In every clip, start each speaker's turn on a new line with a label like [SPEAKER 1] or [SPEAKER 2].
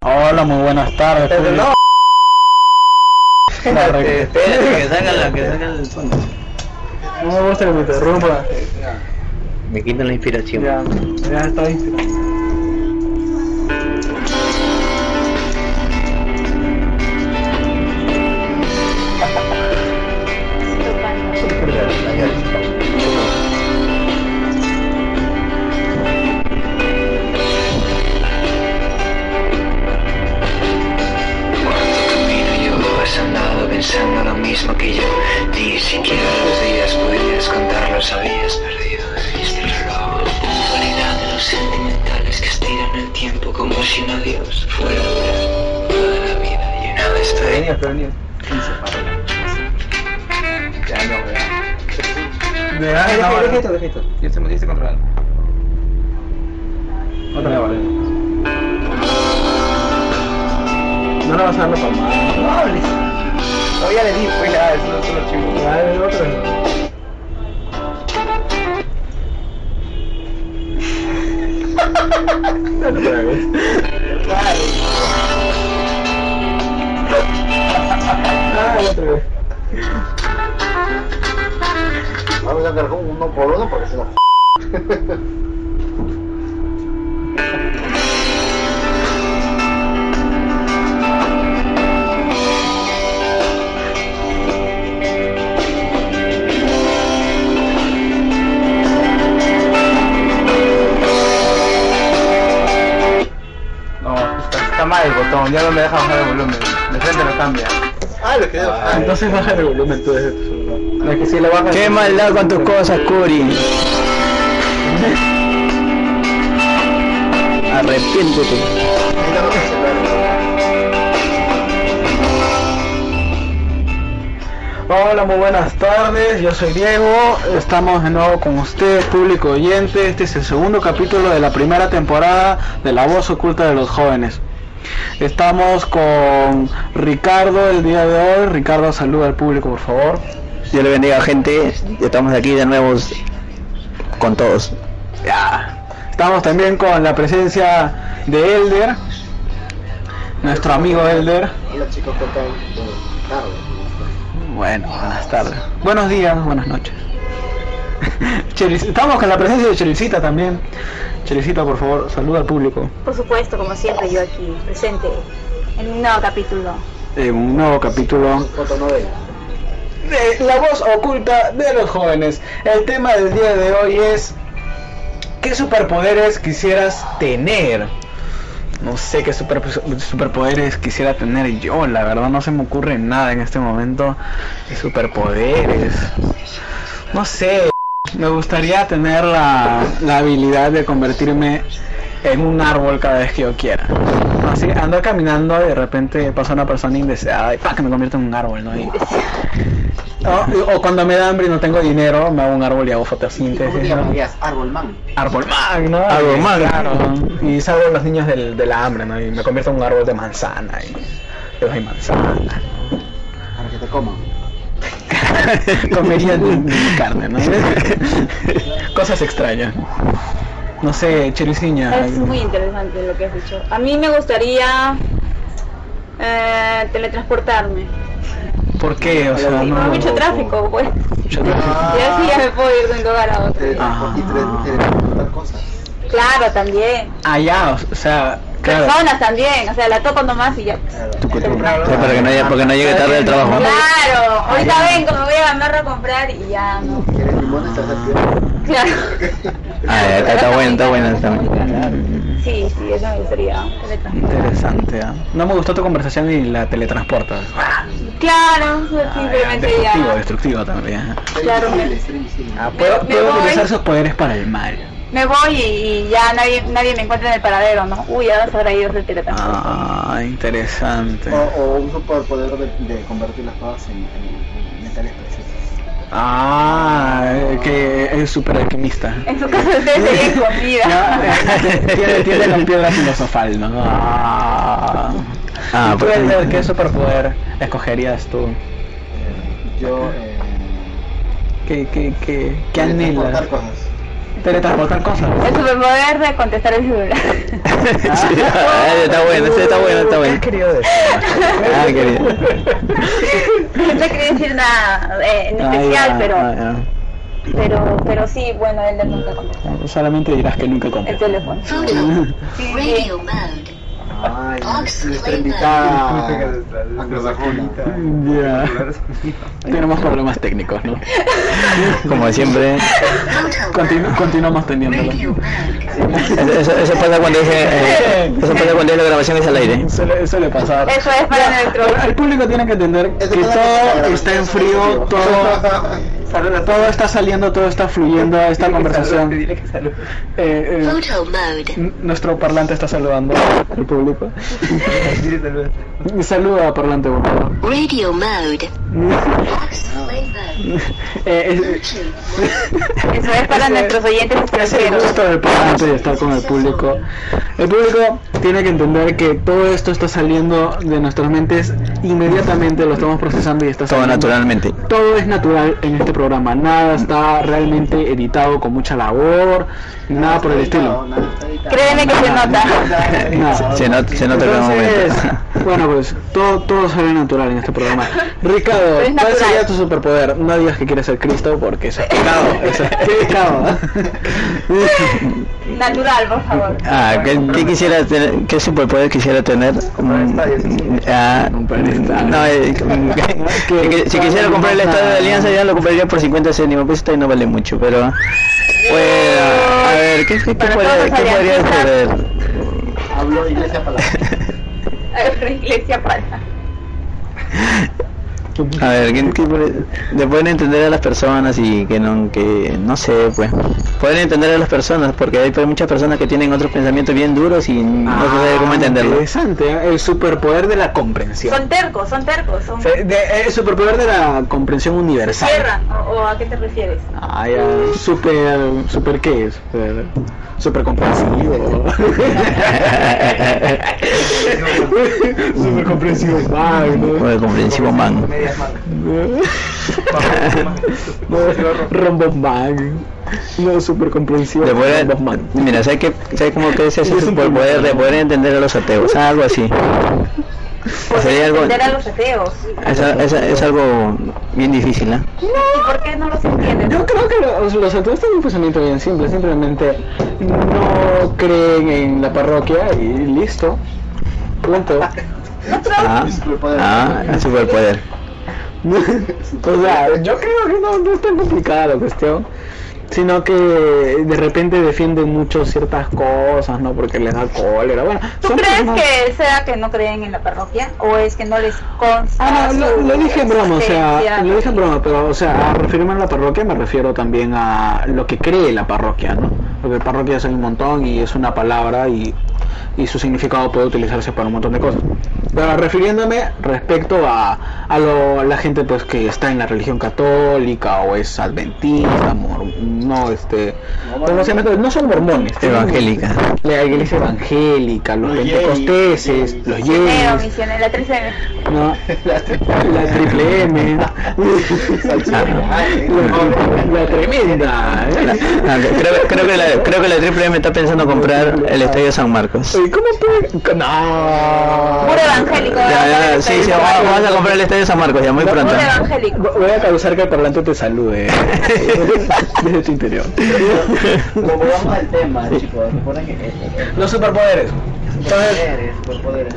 [SPEAKER 1] Hola, muy buenas tardes.
[SPEAKER 2] Pero
[SPEAKER 1] público.
[SPEAKER 2] no,
[SPEAKER 1] La
[SPEAKER 2] espérate,
[SPEAKER 1] re-
[SPEAKER 2] espérate, que
[SPEAKER 3] sácala,
[SPEAKER 2] sacan
[SPEAKER 3] que sacan el fondo.
[SPEAKER 1] No me gusta que me interrumpa.
[SPEAKER 3] Me quitan la inspiración.
[SPEAKER 1] Ya, ya estoy.
[SPEAKER 4] Cuánto camino yo has andado pensando lo mismo que yo. Ni siquiera los días podrías contarlos, habías perdido de vista el reloj. Humanidad de los sentimentales que estiran el tiempo como si no Dios fuera dura toda la vida llena de
[SPEAKER 2] Vení,
[SPEAKER 4] estrellas.
[SPEAKER 2] Flavio. Ya no, vea. Deja, deja esto, deja esto. Ya se me dice controlar.
[SPEAKER 1] Otra vez, vale. No la vas a dar la palma.
[SPEAKER 2] No hables. No, ya le di, pues ya, eso no es un archivo.
[SPEAKER 1] Dale, otra. Otra vez. Ah, otra vez.
[SPEAKER 5] Vamos a cargar uno por uno porque si no.
[SPEAKER 2] No, está, está mal el botón, ya no me deja bajar el volumen. De frente lo cambia.
[SPEAKER 5] Ah, lo que
[SPEAKER 1] Ah, Entonces baja el volumen tú desde tu celular.
[SPEAKER 2] No, es que si lo bajas.
[SPEAKER 3] Qué maldad con tus cosas, Curi. Arrepiéntete.
[SPEAKER 1] Hola, muy buenas tardes, yo soy Diego, estamos de nuevo con ustedes, público oyente, este es el segundo capítulo de la primera temporada de La Voz Oculta de los Jóvenes. Estamos con Ricardo el día de hoy, Ricardo saluda al público por favor.
[SPEAKER 3] Dios le bendiga, gente. Estamos aquí de nuevo con todos.
[SPEAKER 1] Estamos también con la presencia de Elder, nuestro amigo Elder.
[SPEAKER 5] Hola chicos, ¿qué tal? Buenas
[SPEAKER 1] Bueno,
[SPEAKER 5] tardes.
[SPEAKER 1] buenas tardes. Buenos días, buenas noches. Cheris- Estamos con la presencia de Chericita también. Chericita, por favor, saluda al público.
[SPEAKER 6] Por supuesto, como siempre, yo aquí presente en un nuevo capítulo.
[SPEAKER 1] En Eh, un nuevo capítulo
[SPEAKER 5] Fotonovela.
[SPEAKER 1] de La voz oculta de los jóvenes. El tema del día de hoy es ¿qué superpoderes quisieras tener? No sé qué super- superpoderes quisiera tener yo, la verdad no se me ocurre nada en este momento de superpoderes. No sé, me gustaría tener la, la habilidad de convertirme en un árbol cada vez que yo quiera. Así, andar caminando y de repente pasa una persona indeseada y que me convierto en un árbol, ¿no? Y- o, o cuando me da hambre y no tengo dinero, me hago un árbol y hago fotosíntesis.
[SPEAKER 5] ¿Cómo te
[SPEAKER 1] ¿no?
[SPEAKER 5] llamarías? Árbol Man.
[SPEAKER 1] Árbol man, ¿no? Árbol man. Y salvo a los niños del, de la hambre, ¿no? Y me convierto en un árbol de manzana. Y yo soy manzana.
[SPEAKER 5] Para que te coman.
[SPEAKER 1] Comería de- de carne, ¿no? Cosas extrañas. No sé, Chericiña.
[SPEAKER 6] Es muy interesante lo que has dicho. A mí me gustaría eh, teletransportarme.
[SPEAKER 1] ¿Por qué? O sea,
[SPEAKER 6] Sí,
[SPEAKER 1] Ah, no.
[SPEAKER 6] por mucho tráfico, pues.
[SPEAKER 1] mucho tráfico.
[SPEAKER 6] Y así ya me puedo ir de un lugar a otro.
[SPEAKER 5] Te
[SPEAKER 1] Ah.
[SPEAKER 5] y te teletransportar cosas.
[SPEAKER 6] Claro, también.
[SPEAKER 1] Allá, Ah, o sea, claro.
[SPEAKER 6] Personas también. O sea, la toco nomás y ya.
[SPEAKER 3] para que no, haya- porque no llegue tarde el
[SPEAKER 1] Ah.
[SPEAKER 3] trabajo.
[SPEAKER 6] Claro. Ahorita vengo, me voy a Gamarra a comprar y ya no.
[SPEAKER 5] ¿Quieres limones? Te haces bien.
[SPEAKER 6] Claro.
[SPEAKER 3] Ah, ya, está, está bueno, está bueno. Está bueno.
[SPEAKER 6] Sí, sí, eso me gustaría. teletransportarme.
[SPEAKER 1] Interesante. ¿ah? No me gustó tu conversación y la teletransportas.
[SPEAKER 6] Claro,
[SPEAKER 1] Ah,
[SPEAKER 6] simplemente ya.
[SPEAKER 1] destructivo, destructivo también.
[SPEAKER 6] Claro.
[SPEAKER 5] Ser invisible, ser invisible.
[SPEAKER 1] Ah, puedo,
[SPEAKER 6] Me- me
[SPEAKER 1] puedo
[SPEAKER 6] voy.
[SPEAKER 1] utilizar sus poderes para el mal.
[SPEAKER 6] Me voy y, y ya nadie, nadie me encuentra en el paradero, ¿no? Uy, ya se habrá ido el teletransporte.
[SPEAKER 1] Ah, interesante.
[SPEAKER 5] O, o un superpoder de, de convertir las cosas en, en- en metales preciosos.
[SPEAKER 1] Ah, eh, que es súper alquimista.
[SPEAKER 6] En su casa ustedes serían
[SPEAKER 1] Ya,
[SPEAKER 6] comida.
[SPEAKER 1] eh, tiene, tiene la piedra filosofal, ¿no? Ah,
[SPEAKER 3] Ah,
[SPEAKER 1] ¿Y tú,
[SPEAKER 3] pues-
[SPEAKER 1] Elder, ¿Qué superpoder escogerías tú?
[SPEAKER 5] Eh, yo. Eh,
[SPEAKER 1] ¿Qué, qué, qué, qué
[SPEAKER 5] teletransportar
[SPEAKER 1] anhelas?
[SPEAKER 5] cosas.
[SPEAKER 1] Teletransportar cosas.
[SPEAKER 6] El superpoder de contestar el celular.
[SPEAKER 3] Sí, ah, está bueno, ese está bueno, está bueno.
[SPEAKER 1] ¿Qué has querido decir?
[SPEAKER 3] Ah, qué bien.
[SPEAKER 6] no te quería decir nada eh, en
[SPEAKER 3] Ah,
[SPEAKER 6] especial,
[SPEAKER 3] ya,
[SPEAKER 6] pero,
[SPEAKER 3] ah, ya.
[SPEAKER 6] pero pero sí, bueno, él nunca contestó.
[SPEAKER 1] Solamente dirás que nunca compré.
[SPEAKER 6] El teléfono.
[SPEAKER 7] Photo. Radio mode.
[SPEAKER 5] Ay,
[SPEAKER 7] Ox
[SPEAKER 5] nuestra
[SPEAKER 7] Clayton.
[SPEAKER 5] invitada
[SPEAKER 3] Ah.
[SPEAKER 5] anglosajona.
[SPEAKER 1] Ya. Tenemos problemas técnicos, ¿no?
[SPEAKER 3] Como siempre.
[SPEAKER 7] Photo.
[SPEAKER 1] Continu- continuamos teniéndolo.
[SPEAKER 7] Radio mode.
[SPEAKER 3] Eso, eso- eso pasa cuando es, eh, eso pasa cuando es la grabación es al aire.
[SPEAKER 1] Suele, suele pasar.
[SPEAKER 6] Eso es para nuestro...
[SPEAKER 1] El público tiene que entender que
[SPEAKER 5] Eso pasa
[SPEAKER 1] todo
[SPEAKER 5] cuando
[SPEAKER 1] está en
[SPEAKER 5] grabamos
[SPEAKER 1] frío,
[SPEAKER 5] en
[SPEAKER 1] todo, todo está saliendo, todo está fluyendo a esta conversación. Eh, eh,
[SPEAKER 7] Photo mode.
[SPEAKER 1] n- nuestro parlante está saludando al público. Saluda, parlante, por favor.
[SPEAKER 7] Radio mode. Ox Clayton.
[SPEAKER 1] Eh, es,
[SPEAKER 7] Bluetooth.
[SPEAKER 6] Eso es para
[SPEAKER 1] Ese-
[SPEAKER 6] nuestros oyentes
[SPEAKER 1] es el
[SPEAKER 6] extranjeros.
[SPEAKER 1] gusto del parlante de estar con el público. El público tiene que entender que todo esto está saliendo de nuestras mentes inmediatamente, lo estamos procesando y está
[SPEAKER 3] Todo
[SPEAKER 1] saliendo.
[SPEAKER 3] naturalmente.
[SPEAKER 1] Todo es natural en este programa, nada está realmente editado con mucha labor, nada por el estilo.
[SPEAKER 6] Créeme que se nota.
[SPEAKER 1] Nada.
[SPEAKER 3] Se nota, se nota cada
[SPEAKER 1] Entonces,
[SPEAKER 3] momento.
[SPEAKER 1] bueno pues, todo, todo sale natural en este programa. Ricardo,
[SPEAKER 6] Pero es
[SPEAKER 1] ¿cuál
[SPEAKER 6] natural.
[SPEAKER 1] sería tu superpoder? No digas que quieres ser Cristo porque eso es pecado, eso es pecado.
[SPEAKER 6] Natural, por favor.
[SPEAKER 3] Ah, ¿qué, qué quisiera tener, qué superpoder quisiera tener? Mm, ah, no, eh, mm, que- que- si quisiera comprar el estadio de Alianza ya lo compraría por 50 céntimos, pues esta no vale mucho, pero bueno,
[SPEAKER 1] Pues,
[SPEAKER 3] a ver, ¿qué, qué, qué
[SPEAKER 6] Para
[SPEAKER 3] podría-
[SPEAKER 6] todos los
[SPEAKER 3] qué podría
[SPEAKER 6] aliancistas.
[SPEAKER 3] perder?
[SPEAKER 5] Habló iglesia palabra.
[SPEAKER 6] La iglesia falsa.
[SPEAKER 3] A ver, ¿qué, qué podría- de poder entender a las personas y que no, que no sé, pues, poder entender a las personas, porque hay pues, muchas personas que tienen otros pensamientos bien duros y no se sabe
[SPEAKER 6] Ah,
[SPEAKER 3] cómo entenderlo.
[SPEAKER 1] Ah, Interesante, ¿eh? el superpoder de la comprensión.
[SPEAKER 6] Son tercos, son tercos. Son...
[SPEAKER 1] Se- de- el superpoder de la comprensión universal.
[SPEAKER 6] Tierra, o, o a qué te refieres?
[SPEAKER 1] Ah, ya. Super, super qué es? Super, super comprensivo. super comprensivo. Magno.
[SPEAKER 3] Bueno, comprensivo man.
[SPEAKER 1] Rombo man. No, super comprensivo.
[SPEAKER 3] De poder-
[SPEAKER 1] Rombo man.
[SPEAKER 3] mira, ¿sabes qué? ¿Sabes cómo que es ese
[SPEAKER 1] Es un
[SPEAKER 3] superpoder de poder entender a los ateos? Algo así. Sería algo,
[SPEAKER 6] Entender a los ateos.
[SPEAKER 3] es, a- es a- es algo bien difícil, ¿eh?
[SPEAKER 6] ¿Y por qué no los entienden?
[SPEAKER 1] Yo creo que los, los ateos tienen un pensamiento bien simple, simplemente no creen en la parroquia y listo. Punto.
[SPEAKER 3] Ah, ah, el superpoder.
[SPEAKER 1] o sea, yo creo que no, no es tan complicada la cuestión, sino que de repente defienden mucho ciertas cosas, ¿no? Porque les da cólera. Bueno,
[SPEAKER 6] ¿Tú
[SPEAKER 1] son
[SPEAKER 6] crees
[SPEAKER 1] personas-
[SPEAKER 6] que sea que no creen en la parroquia? ¿O es que no les consta?
[SPEAKER 1] Ah, no, lo,
[SPEAKER 6] su
[SPEAKER 1] lo dije en broma, o sea,
[SPEAKER 6] existencia?
[SPEAKER 1] lo dije en broma, pero, o sea, a referirme a la parroquia me refiero también a lo que cree la parroquia, ¿no? Porque parroquia es un montón y es una palabra y, y su significado puede utilizarse para un montón de cosas. Pero refiriéndome respecto a, a lo- la gente pues que está en la religión católica o es adventista, mor- no, este, ¿cómo se llama? no son mormones,
[SPEAKER 3] Evangélica.
[SPEAKER 1] la iglesia evangélica, los,
[SPEAKER 5] Los yeis,
[SPEAKER 1] pentecosteses,
[SPEAKER 5] yeis.
[SPEAKER 1] los
[SPEAKER 6] Misionero,
[SPEAKER 1] yeis,
[SPEAKER 6] misionero, la 13
[SPEAKER 1] no, la, triple M. la, tremenda. ¿eh?
[SPEAKER 3] La- ah, creo, creo que la, creo que la Triple M está pensando comprar el Estadio San Marcos.
[SPEAKER 1] ¿Cómo puede? No.
[SPEAKER 6] Puro evangélico,
[SPEAKER 3] Ya, ya,
[SPEAKER 6] ¿verdad?
[SPEAKER 3] sí, sí, vamos, vamos a comprar el Estadio San Marcos ya muy pronto.
[SPEAKER 6] Puro evangélico.
[SPEAKER 1] Voy a causar que el parlante te salude ¿eh? desde tu interior.
[SPEAKER 5] Volvamos al tema, chicos. Recuerden que
[SPEAKER 1] Los superpoderes.
[SPEAKER 5] superpoderes, superpoderes.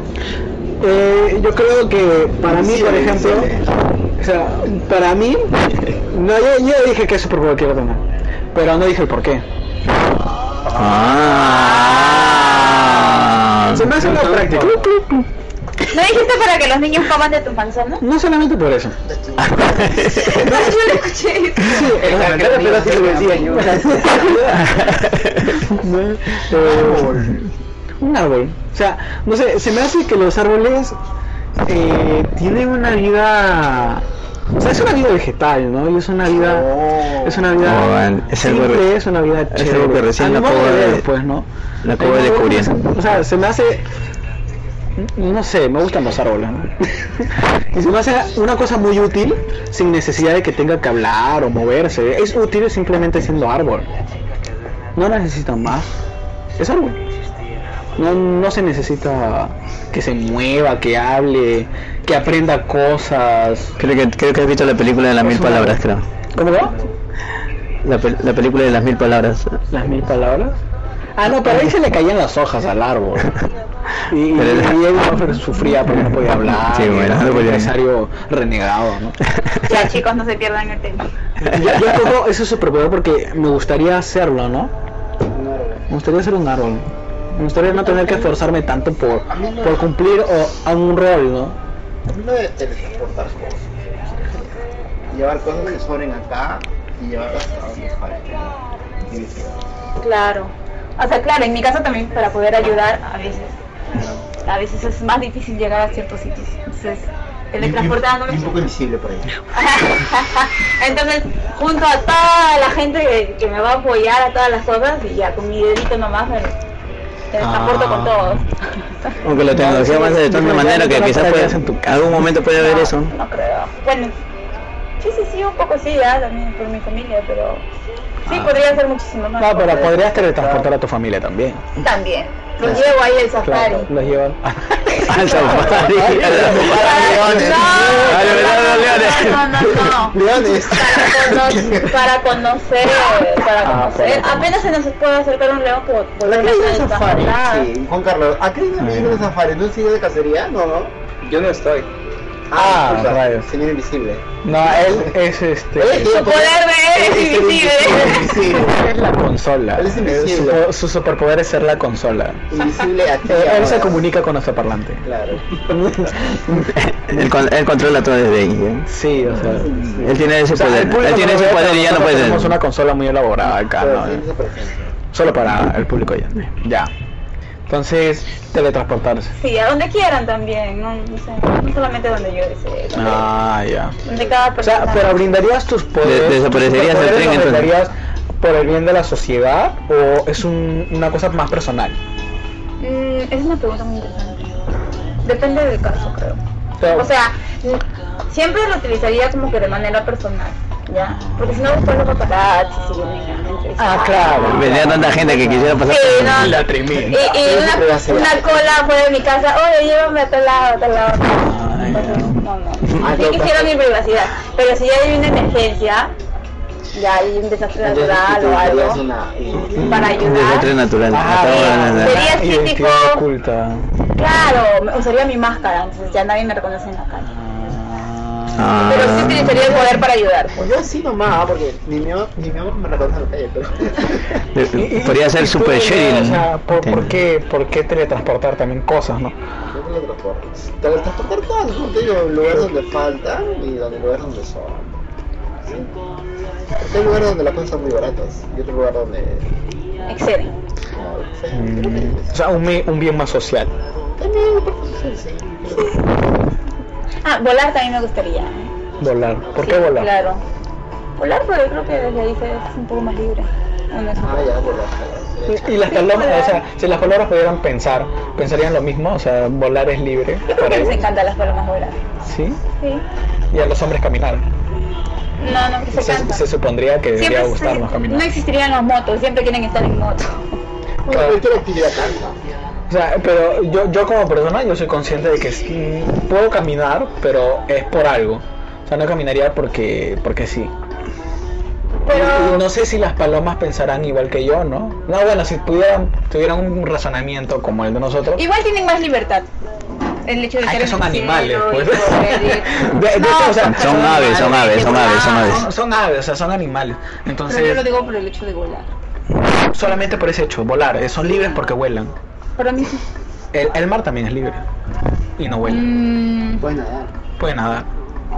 [SPEAKER 1] Eh, yo creo que para mí, por ejemplo, o sea, para mí, no, yo, yo dije que es superpoder quiero tener, pero no dije el por qué.
[SPEAKER 3] Ah.
[SPEAKER 1] Se me hace una práctica. Clup, clup, clup.
[SPEAKER 6] ¿No dijiste para que los niños coman de tu manzana?
[SPEAKER 1] No solamente por eso.
[SPEAKER 6] Yo lo escuché eso.
[SPEAKER 1] Es la cara, pero sí lo decía yo. Eh, Un árbol. O sea, no sé, se me hace que los árboles eh, tienen una vida. O sea, es una vida vegetal, ¿no? Y es una vida. Es una vida.
[SPEAKER 3] Oh, vale. Es algo-
[SPEAKER 1] simple, es una vida
[SPEAKER 3] es
[SPEAKER 1] chévere.
[SPEAKER 3] algo que recién
[SPEAKER 1] A mi
[SPEAKER 3] acabo
[SPEAKER 1] modo
[SPEAKER 3] de-
[SPEAKER 1] ver, pues, ¿no?
[SPEAKER 3] la acabo de
[SPEAKER 1] Eh,
[SPEAKER 3] descubrir.
[SPEAKER 1] O sea, se me hace. No sé, me gustan los árboles, ¿no? y se me hace una cosa muy útil sin necesidad de que tenga que hablar o moverse. Es útil simplemente siendo árbol. no necesitan más. Es algo. No, no se necesita que se mueva, que hable, que aprenda cosas.
[SPEAKER 3] Creo que, creo que has visto la película de las mil palabras, creo.
[SPEAKER 1] ¿Cómo va?
[SPEAKER 3] La, pel- la película de las mil palabras.
[SPEAKER 1] ¿Las mil palabras? Ah, no, pero ahí se le caían las hojas al árbol. Y, y,
[SPEAKER 3] Pero-
[SPEAKER 1] y él no sufría porque no podía hablar.
[SPEAKER 3] Sí,
[SPEAKER 1] y
[SPEAKER 3] bueno,
[SPEAKER 1] era
[SPEAKER 3] no
[SPEAKER 1] un
[SPEAKER 3] podía.
[SPEAKER 1] empresario renegado, ¿no?
[SPEAKER 6] Ya chicos, no se pierdan el tema.
[SPEAKER 1] Yo, yo toco ese superpoder porque me gustaría hacerlo, ¿no? Me gustaría ser un árbol. Me gustaría no tener que esforzarme tanto por, por cumplir o, a un rol, ¿no?
[SPEAKER 5] A mí lo de teletransportar cosas. Llevar cosas que sobren acá y llevarlas a donde falte. Y viceversa.
[SPEAKER 6] Claro. O sea, claro, en mi caso también para poder ayudar a veces. A veces es más difícil llegar a ciertos sitios. Entonces,
[SPEAKER 5] Y
[SPEAKER 6] teletransportándome.
[SPEAKER 5] un poco invisible por ahí.
[SPEAKER 6] Entonces, junto a toda la gente que, que me va a apoyar a todas las obras y ya con mi dedito nomás me teletransporto
[SPEAKER 1] Ah.
[SPEAKER 6] con todos.
[SPEAKER 3] Aunque la tecnología avanza de tal
[SPEAKER 1] Pero ya
[SPEAKER 3] manera
[SPEAKER 1] no
[SPEAKER 3] que
[SPEAKER 1] te
[SPEAKER 3] quizás
[SPEAKER 1] pararías
[SPEAKER 3] pueda-
[SPEAKER 1] en tu casa.
[SPEAKER 3] algún momento puede haber
[SPEAKER 6] No,
[SPEAKER 3] eso.
[SPEAKER 6] No creo. Bueno, sí, sí, sí, un poco sí, ya también por mi familia, pero sí,
[SPEAKER 3] Ah.
[SPEAKER 6] podría ser muchísimo más.
[SPEAKER 1] No, pero
[SPEAKER 6] porque
[SPEAKER 1] podrías teletransportar a tu familia también.
[SPEAKER 6] También. Lo llevo ahí el safari.
[SPEAKER 1] los llevan.
[SPEAKER 3] Al safari, a los leones. A los leones.
[SPEAKER 6] No, no, no, no.
[SPEAKER 5] Leones.
[SPEAKER 6] Para, cono- para conocer, eh, para
[SPEAKER 1] Ah,
[SPEAKER 6] conocer.
[SPEAKER 1] para-
[SPEAKER 6] Apenas se nos puede acercar un león, po-
[SPEAKER 5] ¿A qué
[SPEAKER 6] volverlo
[SPEAKER 5] iba
[SPEAKER 6] a
[SPEAKER 5] el safari?
[SPEAKER 6] desbaratar.
[SPEAKER 5] Sí, Juan Carlos, ¿a qué iba el safari? ¿No sigue de cacería? No, no.
[SPEAKER 8] Yo no estoy.
[SPEAKER 1] Ah,
[SPEAKER 5] disculpa,
[SPEAKER 1] rayos.
[SPEAKER 5] Señor invisible.
[SPEAKER 1] No, él es este.
[SPEAKER 6] Su poder de él es invisible.
[SPEAKER 5] Invisible.
[SPEAKER 1] Es la consola.
[SPEAKER 5] Él es invisible.
[SPEAKER 1] Eh, Su, su superpoder es ser la consola.
[SPEAKER 5] Invisible a ti.
[SPEAKER 1] Eh, él se
[SPEAKER 5] ahora.
[SPEAKER 1] comunica con nuestro parlante.
[SPEAKER 5] Claro.
[SPEAKER 3] Él con- él controla todo desde ahí. ¿eh?
[SPEAKER 1] Sí, Pues o sea.
[SPEAKER 3] Él tiene ese
[SPEAKER 1] O sea,
[SPEAKER 3] poder.
[SPEAKER 1] el público
[SPEAKER 3] Él tiene
[SPEAKER 1] no lo
[SPEAKER 3] ese
[SPEAKER 1] ve,
[SPEAKER 3] poder
[SPEAKER 1] pero
[SPEAKER 3] y ya no
[SPEAKER 1] nosotros
[SPEAKER 3] puede
[SPEAKER 1] Tenemos una
[SPEAKER 3] ser.
[SPEAKER 1] consola muy elaborada acá,
[SPEAKER 5] Pero
[SPEAKER 1] Ah, ¿no?
[SPEAKER 5] sí, se presenta.
[SPEAKER 1] Solo para el público ya. Ya. Entonces, teletransportarse.
[SPEAKER 6] Sí, a donde quieran también, no, no sé, no solamente donde yo desee.
[SPEAKER 1] Ah, ya.
[SPEAKER 6] Donde cada
[SPEAKER 1] O
[SPEAKER 6] persona.
[SPEAKER 1] sea, pero brindarías tus poderes.
[SPEAKER 3] De- desaparecerías
[SPEAKER 1] tus
[SPEAKER 3] del
[SPEAKER 1] superpoderes
[SPEAKER 3] tren,
[SPEAKER 1] los
[SPEAKER 3] entonces.
[SPEAKER 1] brindarías por el bien de la sociedad o es un- una cosa más personal.
[SPEAKER 6] Mm, es una pregunta muy interesante. Depende del caso, creo.
[SPEAKER 1] O sea,
[SPEAKER 6] O sea, mm, siempre lo utilizaría como que de manera personal, ¿ya? Porque si no, después los paparazzi, si vienen a entrevistar.
[SPEAKER 1] ah, claro.
[SPEAKER 3] Vendría tanta gente que quisiera pasar.
[SPEAKER 6] Sí, no.
[SPEAKER 1] La
[SPEAKER 6] Y,
[SPEAKER 1] tremenda.
[SPEAKER 6] y una, una cola fuera de mi casa, oye, llévame a tal lado, a tal lado.
[SPEAKER 3] Ay,
[SPEAKER 6] No, no, no. Yo quisiera mi privacidad, pero si ya hay una emergencia, ya hay un desastre
[SPEAKER 5] Entonces,
[SPEAKER 6] natural
[SPEAKER 5] tú
[SPEAKER 6] o
[SPEAKER 5] harías
[SPEAKER 6] algo,
[SPEAKER 5] una. eh,
[SPEAKER 6] para
[SPEAKER 3] Un desastre
[SPEAKER 6] ayudar.
[SPEAKER 3] natural.
[SPEAKER 1] Ah,
[SPEAKER 3] Acabo de
[SPEAKER 1] ya.
[SPEAKER 3] hablar.
[SPEAKER 6] Sería
[SPEAKER 1] Identidad
[SPEAKER 6] estético.
[SPEAKER 1] oculta.
[SPEAKER 6] Claro, me- usaría mi máscara, entonces ya nadie me reconoce en la calle.
[SPEAKER 3] Ah.
[SPEAKER 6] Pero sí utilizaría el poder para ayudar.
[SPEAKER 5] Pues yo sí nomás, ah, porque ni mi mamá ni mi mamá me reconoce en la calle, pero.
[SPEAKER 1] Y- y-
[SPEAKER 3] Ah, Podría
[SPEAKER 1] y
[SPEAKER 3] ser
[SPEAKER 1] tú, eh,
[SPEAKER 3] super
[SPEAKER 1] O
[SPEAKER 3] sheriff.
[SPEAKER 1] sea, ¿por, por qué, ¿por qué teletransportar también cosas, no?
[SPEAKER 5] Yo te lo transportas. Te lo transportar todas, como te digo, lugares donde faltan y donde lugares donde sobran. ¿sí? Porque hay lugares donde las cosas son muy baratas y otro lugar donde.
[SPEAKER 6] Excede.
[SPEAKER 5] No, sí, creo que
[SPEAKER 1] Mm,
[SPEAKER 5] es-
[SPEAKER 1] O sea, un, me- un bien más social.
[SPEAKER 5] También, por sí, sí.
[SPEAKER 6] Ah, volar también me gustaría. ¿eh?
[SPEAKER 1] Volar. ¿Por
[SPEAKER 6] Sí,
[SPEAKER 1] qué volar?
[SPEAKER 6] Claro. Volar, pero yo creo que desde ahí se es un poco más libre. Uno es un
[SPEAKER 5] Ah,
[SPEAKER 6] poco-
[SPEAKER 5] ya, por las caras.
[SPEAKER 1] Y y las palomas, o sea, si las palomas pudieran pensar, ¿pensarían lo mismo? O sea, volar es libre.
[SPEAKER 6] Yo creo
[SPEAKER 1] para
[SPEAKER 6] que les
[SPEAKER 1] ellos.
[SPEAKER 6] encanta las palomas volar.
[SPEAKER 1] ¿Sí?
[SPEAKER 6] Sí.
[SPEAKER 1] Y a los hombres caminar.
[SPEAKER 6] No, no, que se,
[SPEAKER 1] Se,
[SPEAKER 6] cansa.
[SPEAKER 1] se supondría que debería
[SPEAKER 6] Siempre
[SPEAKER 1] gustarnos
[SPEAKER 6] se- no
[SPEAKER 1] caminar.
[SPEAKER 6] existirían las motos, siempre quieren estar en moto.
[SPEAKER 5] Bueno, cualquier actividad cansa.
[SPEAKER 1] O sea, pero yo, yo como persona, yo soy consciente de que sí, puedo caminar, pero es por algo. O sea, no caminaría porque, porque sí. Y- y
[SPEAKER 6] Pero
[SPEAKER 1] no sé si las palomas pensarán igual que yo, ¿no? No, bueno, si pudieran, tuvieran un razonamiento como el de nosotros.
[SPEAKER 6] igual tienen más libertad. El hecho de
[SPEAKER 1] Ay,
[SPEAKER 6] ser
[SPEAKER 1] que son
[SPEAKER 6] invisible
[SPEAKER 1] animales,
[SPEAKER 6] y
[SPEAKER 1] pues.
[SPEAKER 6] poder ir.
[SPEAKER 1] De- de hecho, o sea,
[SPEAKER 6] pero
[SPEAKER 3] son aves, son aves, son aves, son aves.
[SPEAKER 1] Son, son aves, o sea, son animales.
[SPEAKER 6] Pero yo lo
[SPEAKER 1] Entonces,
[SPEAKER 6] digo por el hecho de volar.
[SPEAKER 1] solamente por ese hecho, volar. eh, Son libres porque vuelan.
[SPEAKER 6] Para mí sí.
[SPEAKER 1] El, el mar también es libre. Y no vuela.
[SPEAKER 6] Mm,
[SPEAKER 5] Puedes nadar.
[SPEAKER 1] Puede nadar.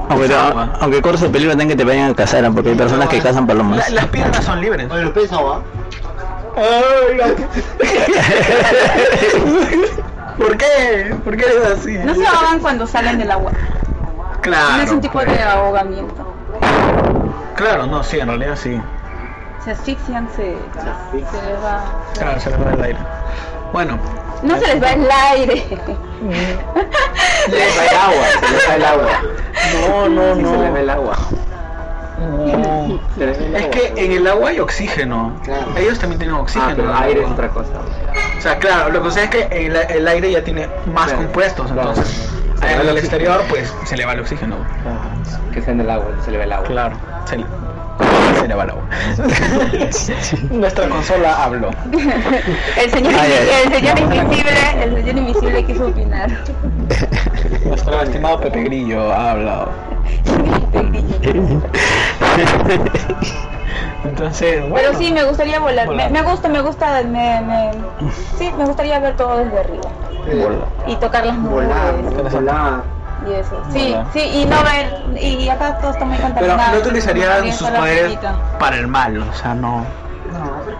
[SPEAKER 3] Aunque, te- aunque corres el peligro tengan que te vayan a cazar, porque hay personas que cazan
[SPEAKER 1] La-
[SPEAKER 3] palomas.
[SPEAKER 1] las piernas son libres.
[SPEAKER 5] Oye, los peces no va.
[SPEAKER 1] ¿Por qué? ¿Por qué eres así?
[SPEAKER 6] no se ahogan cuando salen del agua.
[SPEAKER 1] Claro.
[SPEAKER 6] no es un tipo de ahogamiento.
[SPEAKER 1] Claro, no, sí, en realidad sí.
[SPEAKER 6] Se asfixian, se, se les va.
[SPEAKER 1] Claro, se le va el aire. Bueno,
[SPEAKER 6] No se les va el aire.
[SPEAKER 5] Se les va el agua, se les va el agua.
[SPEAKER 1] no, no,
[SPEAKER 5] Se les va
[SPEAKER 1] no.
[SPEAKER 5] el agua.
[SPEAKER 1] mm, Es
[SPEAKER 5] Ah,
[SPEAKER 1] que en el agua hay oxígeno.
[SPEAKER 5] Claro.
[SPEAKER 1] Ellos también tienen oxígeno.
[SPEAKER 2] Ah, pero
[SPEAKER 1] en el
[SPEAKER 2] aire es
[SPEAKER 1] agua.
[SPEAKER 2] otra cosa.
[SPEAKER 1] O sea, claro, lo que pasa es que el, el aire ya tiene más
[SPEAKER 2] Claro,
[SPEAKER 1] compuestos,
[SPEAKER 2] claro.
[SPEAKER 1] entonces
[SPEAKER 2] Se le va
[SPEAKER 1] en
[SPEAKER 2] el
[SPEAKER 1] el
[SPEAKER 2] oxígeno.
[SPEAKER 1] exterior pues se le va el oxígeno.
[SPEAKER 2] Que sea en el agua, se le ve el agua.
[SPEAKER 1] Claro. Se le, se le va el agua. Nuestra consola habló.
[SPEAKER 6] El señor,
[SPEAKER 3] Ay, ay, ay.
[SPEAKER 6] el señor invisible, el señor invisible quiso opinar.
[SPEAKER 1] Nuestro estimado Pepe Grillo ha hablado. Entonces, bueno.
[SPEAKER 6] Pero sí, me gustaría volar. Me,
[SPEAKER 1] Volar.
[SPEAKER 6] me gusta, me gusta, me, me- sí, me gustaría ver todo desde arriba y tocar las nubes
[SPEAKER 5] Volar, volar.
[SPEAKER 6] y eso. Sí,
[SPEAKER 1] Volar.
[SPEAKER 6] sí, y no ver y acá todo está muy
[SPEAKER 1] Pero
[SPEAKER 6] contaminado.
[SPEAKER 1] no
[SPEAKER 6] También
[SPEAKER 1] utilizarían sus
[SPEAKER 6] solo
[SPEAKER 1] poderes
[SPEAKER 6] poquito.
[SPEAKER 1] para el mal, o sea, no.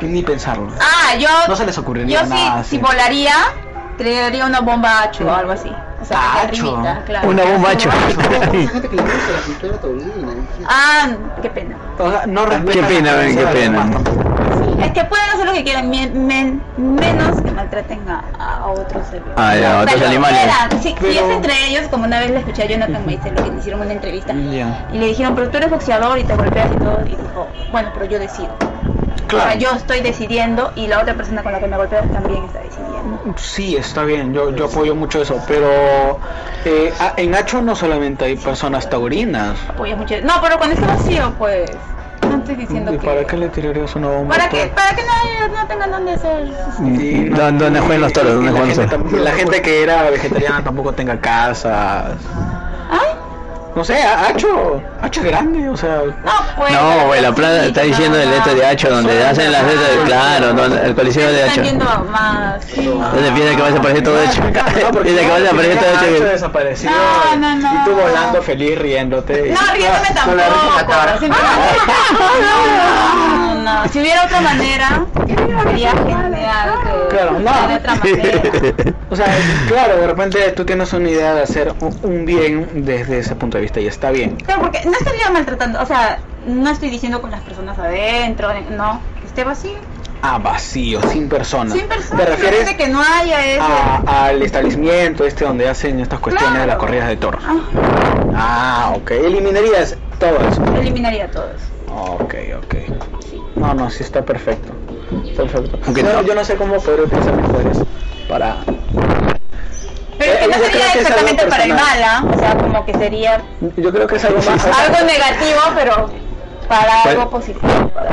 [SPEAKER 1] Ni pensarlo.
[SPEAKER 6] Ah, yo
[SPEAKER 1] No se les ocurriría
[SPEAKER 6] Yo sí,
[SPEAKER 1] nada así.
[SPEAKER 6] si volaría, traería una bomba hacho o algo así. O sea,
[SPEAKER 1] Ah, Hacho.
[SPEAKER 6] arribita, claro.
[SPEAKER 3] Una bomba hacho.
[SPEAKER 5] Esa gente que le gusta la cultura taurina.
[SPEAKER 6] Ah, qué pena.
[SPEAKER 1] O sea, no
[SPEAKER 3] Qué
[SPEAKER 1] respetan
[SPEAKER 3] pena,
[SPEAKER 1] la
[SPEAKER 3] ven,
[SPEAKER 1] creencia de
[SPEAKER 3] qué
[SPEAKER 1] los
[SPEAKER 3] pena.
[SPEAKER 1] demás tampoco.
[SPEAKER 6] Es que pueden hacer lo que quieran, men- men- menos que maltraten a, a otros seres.
[SPEAKER 3] Ah, ya,
[SPEAKER 6] O sea,
[SPEAKER 3] otros
[SPEAKER 6] lo que
[SPEAKER 3] animales.
[SPEAKER 6] quieran. Si, si es entre ellos, como una vez le escuché a Jonathan Maisel, lo que le hicieron una entrevista.
[SPEAKER 1] Ya.
[SPEAKER 6] Y le dijeron, pero tú eres boxeador y te golpeas y todo. Y dijo, bueno, pero yo decido. O sea, yo estoy decidiendo y la otra persona con la que me golpeo también está decidiendo.
[SPEAKER 1] Sí, está bien, yo, yo apoyo mucho eso, pero eh, a- en Hacho no solamente hay personas taurinas.
[SPEAKER 6] Apoyas mucho. No, pero cuando esté vacío, pues. No estoy diciendo
[SPEAKER 1] ¿Y
[SPEAKER 6] que.
[SPEAKER 1] para qué le tirarías una bomba?
[SPEAKER 6] Para
[SPEAKER 1] a todo?
[SPEAKER 6] que, para que no, no tengan dónde hacer sus-
[SPEAKER 1] Y-
[SPEAKER 3] ¿Dó- dónde juegan los toros?
[SPEAKER 1] y la
[SPEAKER 3] ¿Dónde juegan los
[SPEAKER 1] gente
[SPEAKER 3] toros?
[SPEAKER 1] tam- La gente que era vegetariana tampoco tenga casas.
[SPEAKER 6] Ay,
[SPEAKER 1] No sé, a- Hacho, Hacho es grande, o sea,
[SPEAKER 6] no, pues.
[SPEAKER 3] No, güey, la plaza está diciendo el letra de Hacho, donde hacen las letras de... Claro, donde- el coliseo de
[SPEAKER 6] Están
[SPEAKER 3] Hacho.
[SPEAKER 6] yendo más. sí.
[SPEAKER 3] Donde piensa que va a desaparecer todo Hacho. Piensa que va a
[SPEAKER 1] Ah, no,
[SPEAKER 3] desaparecer
[SPEAKER 1] porque
[SPEAKER 3] todo
[SPEAKER 1] Hacho
[SPEAKER 3] Hacho.
[SPEAKER 1] desapareció.
[SPEAKER 6] No, no, no.
[SPEAKER 1] Y tú volando feliz riéndote.
[SPEAKER 6] No, riéndome
[SPEAKER 2] Con la risa en la
[SPEAKER 6] tampoco.
[SPEAKER 2] cara.
[SPEAKER 6] Si me- No, no, no. Si hubiera otra manera, sería genial. que-
[SPEAKER 1] Claro, no.
[SPEAKER 6] De otra manera.
[SPEAKER 1] O sea, claro, de repente tú tienes una idea de hacer un- un bien desde ese punto de vista y está bien.
[SPEAKER 6] Claro, porque no estaría maltratando. O sea, no estoy diciendo con las personas adentro, no. Que esté vacío.
[SPEAKER 1] Ah, vacío, sin personas.
[SPEAKER 6] Sin personas.
[SPEAKER 1] ¿Te refieres
[SPEAKER 6] gente que no haya ese.
[SPEAKER 1] a- Ah, al establecimiento este donde hacen estas cuestiones de las
[SPEAKER 6] Claro.
[SPEAKER 1] corridas de toros?
[SPEAKER 6] Ah,
[SPEAKER 1] Ah, ok. Eliminarías todo eso.
[SPEAKER 6] eliminaría a todos.
[SPEAKER 1] Ok, ok. No, no, sí está perfecto. Perfecto.
[SPEAKER 3] Aunque
[SPEAKER 1] No,
[SPEAKER 3] no.
[SPEAKER 1] Yo no sé cómo poder utilizar mis poderes para...
[SPEAKER 6] Pero es que no
[SPEAKER 1] Yo Eh, creo
[SPEAKER 6] sería
[SPEAKER 1] que es algo
[SPEAKER 6] exactamente para el mal,
[SPEAKER 1] personal.
[SPEAKER 6] ¿ah? O sea, como que sería
[SPEAKER 1] Yo creo que es algo más...
[SPEAKER 6] algo negativo, pero para
[SPEAKER 3] Pues-
[SPEAKER 6] algo positivo. para-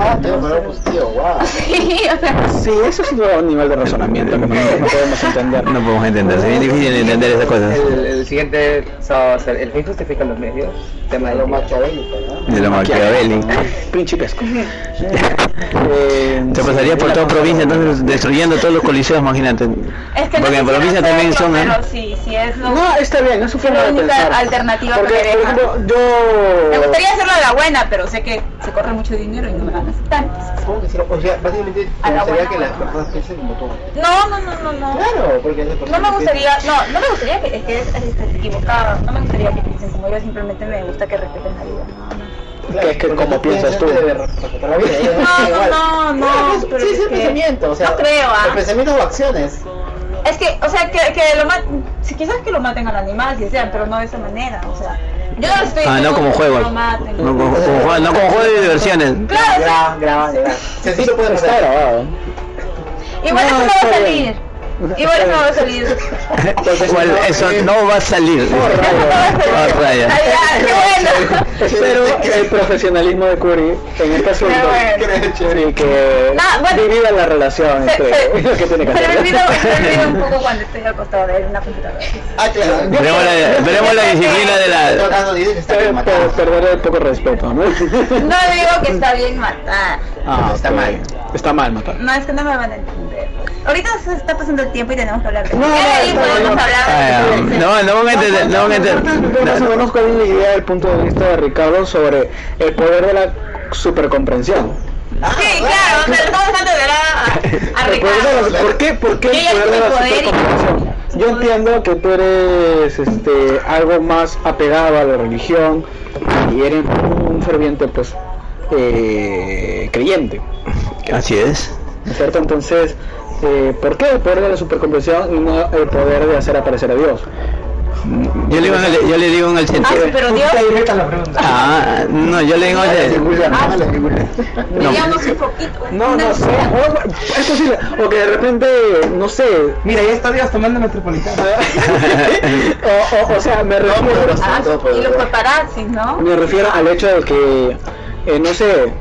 [SPEAKER 5] Ah, tengo que positivo, wow.
[SPEAKER 6] Sí, o sea,
[SPEAKER 1] Sí, eso es otro nivel de razonamiento que no, no podemos entender.
[SPEAKER 3] No podemos entender, es bien difícil entender esas cosas.
[SPEAKER 2] El, el siguiente, sábado va a ser el fin justifica los medios. Tema de
[SPEAKER 5] Lo
[SPEAKER 2] lo
[SPEAKER 5] maquiavélico, ¿no?
[SPEAKER 3] De lo maquiavélico.
[SPEAKER 1] Principesco. Eh,
[SPEAKER 3] Se pasaría por toda provincia, entonces destruyendo todos los coliseos, imagínate.
[SPEAKER 6] es que
[SPEAKER 3] Porque
[SPEAKER 6] no
[SPEAKER 3] en
[SPEAKER 6] quisiera
[SPEAKER 3] provincia también
[SPEAKER 6] hacerlo,
[SPEAKER 3] son, ¿eh?
[SPEAKER 6] Pero sí, sí es lo.
[SPEAKER 1] No, está bien, es su forma
[SPEAKER 6] la
[SPEAKER 1] de
[SPEAKER 6] única
[SPEAKER 1] pensar.
[SPEAKER 6] alternativa que
[SPEAKER 1] Porque,
[SPEAKER 6] me
[SPEAKER 1] por
[SPEAKER 6] deja.
[SPEAKER 1] ejemplo,
[SPEAKER 6] Me
[SPEAKER 1] yo...
[SPEAKER 6] gustaría hacerlo a la buena, pero sé que se corre mucho dinero y no me van a aceptar.
[SPEAKER 5] Supongo que sí, O sea, básicamente
[SPEAKER 6] A
[SPEAKER 5] te
[SPEAKER 6] la
[SPEAKER 5] gustaría que
[SPEAKER 6] buena,
[SPEAKER 5] las
[SPEAKER 6] buena.
[SPEAKER 5] personas piensen como tú.
[SPEAKER 6] No, no, no, no, no.
[SPEAKER 5] Claro, porque esas
[SPEAKER 6] No
[SPEAKER 5] personas
[SPEAKER 6] me
[SPEAKER 5] que-
[SPEAKER 6] gustaría, no, no me gustaría que, es que es, es equivocado, no me gustaría que piensen como yo, simplemente me gusta que respeten la vida.
[SPEAKER 5] Claro,
[SPEAKER 1] Es que
[SPEAKER 5] porque
[SPEAKER 1] como
[SPEAKER 5] tú
[SPEAKER 1] piensas tú.
[SPEAKER 5] de ver- para la vida, ya da
[SPEAKER 6] No,
[SPEAKER 5] igual.
[SPEAKER 6] no, no, no,
[SPEAKER 5] Claro, es-
[SPEAKER 6] pero
[SPEAKER 5] Sí, es
[SPEAKER 6] es
[SPEAKER 5] el
[SPEAKER 6] que-
[SPEAKER 5] pensamiento, o sea.
[SPEAKER 6] no creo, ah.
[SPEAKER 5] El pensamiento o acciones.
[SPEAKER 6] Es que, o sea, que, que lo maten, si quizás que lo maten al animal, si sean, pero no de esa manera, o sea, yo no estoy
[SPEAKER 3] Ah, no
[SPEAKER 6] diciendo
[SPEAKER 3] como
[SPEAKER 6] que
[SPEAKER 3] juego.
[SPEAKER 6] lo maten.
[SPEAKER 3] No como, como juego- no como juego de diversiones.
[SPEAKER 6] Claro, o sea,
[SPEAKER 5] Ya,
[SPEAKER 1] Ah,
[SPEAKER 5] graba, graba. Sí, lo
[SPEAKER 6] Pues
[SPEAKER 5] puedes
[SPEAKER 1] Está
[SPEAKER 5] hacer.
[SPEAKER 1] grabado.
[SPEAKER 6] igual
[SPEAKER 1] No,
[SPEAKER 6] eso no va a
[SPEAKER 1] está
[SPEAKER 6] salir, igual eso no va a salir.
[SPEAKER 3] Igual eso no va a salir. Oh, raya.
[SPEAKER 6] Ay, ya, qué bueno.
[SPEAKER 1] Pero el profesionalismo de Curry en este asunto
[SPEAKER 6] Pero
[SPEAKER 1] sí, que
[SPEAKER 6] No, Ah, bueno.
[SPEAKER 1] divida la relación
[SPEAKER 6] Se,
[SPEAKER 1] entre
[SPEAKER 6] se-
[SPEAKER 1] lo que tiene que
[SPEAKER 6] se me
[SPEAKER 1] hacer.
[SPEAKER 6] olvida, se me olvida un poco cuando estoy al costado de él en una computadora.
[SPEAKER 5] Ah, claro.
[SPEAKER 3] Veremos
[SPEAKER 1] eh,
[SPEAKER 3] la, veremos la disciplina de
[SPEAKER 5] No,
[SPEAKER 3] la...
[SPEAKER 5] no, no, dices que está
[SPEAKER 1] Pero
[SPEAKER 5] bien matado.
[SPEAKER 1] per- perder el poco respeto, ¿no?
[SPEAKER 6] No digo que está bien matar.
[SPEAKER 1] Ah,
[SPEAKER 5] Está
[SPEAKER 1] ok.
[SPEAKER 5] mal.
[SPEAKER 1] Está mal matar.
[SPEAKER 6] No, es que no me van a entender. Ahorita se está pasando el tiempo y tenemos que hablar de
[SPEAKER 1] No, no,
[SPEAKER 6] Y ahí
[SPEAKER 1] está
[SPEAKER 6] podemos
[SPEAKER 1] bien.
[SPEAKER 3] Ah,
[SPEAKER 6] hablar
[SPEAKER 3] ya.
[SPEAKER 6] de
[SPEAKER 3] No, no van a entender, no van a
[SPEAKER 1] Yo más o
[SPEAKER 3] entender.
[SPEAKER 1] menos cuál es la idea del punto de vista de Ricardo sobre el poder de la supercomprensión.
[SPEAKER 6] Sí, claro, pero estamos dando de la a, a
[SPEAKER 1] El poder de la-
[SPEAKER 6] Ricardo.
[SPEAKER 1] ¿Por qué? ¿Por qué
[SPEAKER 6] Yo ya
[SPEAKER 1] el poder de la
[SPEAKER 6] tengo poder y-
[SPEAKER 1] supercomprensión? Yo entiendo que tú eres este, algo más apegado a la religión y eres un ferviente, pues, eh, creyente,
[SPEAKER 3] Así es.
[SPEAKER 1] ¿no es ¿cierto? Entonces, eh, ¿por qué el poder de la supercomprensión y no el poder de hacer aparecer a Dios?
[SPEAKER 3] Yo le digo en el, yo le digo en el
[SPEAKER 6] Ah,
[SPEAKER 3] sentido.
[SPEAKER 6] pero Dios,
[SPEAKER 9] directa la pregunta.
[SPEAKER 3] Ah, no, yo le digo en el
[SPEAKER 6] Ah, digamos un poquito.
[SPEAKER 1] No,
[SPEAKER 6] una-
[SPEAKER 1] no sé. Oh, o- es posible. O que de repente, no sé.
[SPEAKER 9] Mira, ya está Dios tomando metropolitana.
[SPEAKER 1] o, o, o sea, me refiero,
[SPEAKER 6] Ah, y los paparazzis, ¿no?
[SPEAKER 1] me refiero al hecho de que, eh, no sé,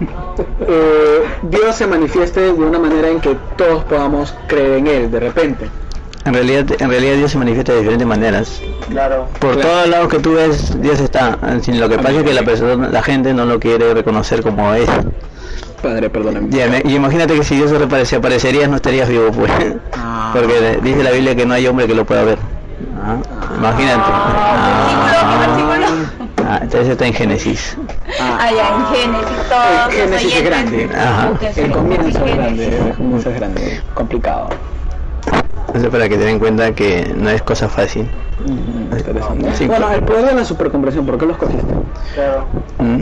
[SPEAKER 1] eh, Dios se manifieste de una manera en que todos podamos creer en Él, de repente.
[SPEAKER 3] En realidad, en realidad Dios se manifiesta de diferentes maneras.
[SPEAKER 5] Claro.
[SPEAKER 3] Por todos lados que tú ves, Dios está. ah, Sin lo que pasa es que la persona, la gente no lo quiere reconocer como es.
[SPEAKER 1] Padre, perdóname.
[SPEAKER 3] Ya, me- Y imagínate que si Dios se reaparece- aparecerías, no estarías vivo, pues.
[SPEAKER 6] Ah.
[SPEAKER 3] Porque de- dice la Biblia que no hay hombre que lo pueda ver. Ah, Imagínate.
[SPEAKER 6] Versículo, ¿qué versículo?
[SPEAKER 3] Ah, entonces está en Génesis.
[SPEAKER 6] Allá en Génesis, todos
[SPEAKER 1] El Ah. Génesis es
[SPEAKER 6] los oyentes,
[SPEAKER 1] grande.
[SPEAKER 3] Ajá.
[SPEAKER 6] búsquense
[SPEAKER 1] El comienzo es
[SPEAKER 6] Génesis.
[SPEAKER 1] grande, el comienzo es grande, complicado.
[SPEAKER 3] Entonces para que te den cuenta que no es cosa fácil.
[SPEAKER 6] Mm,
[SPEAKER 3] Sí.
[SPEAKER 1] Bueno, el poder de la supercomprensión, ¿por qué lo escogiste?
[SPEAKER 3] Mm,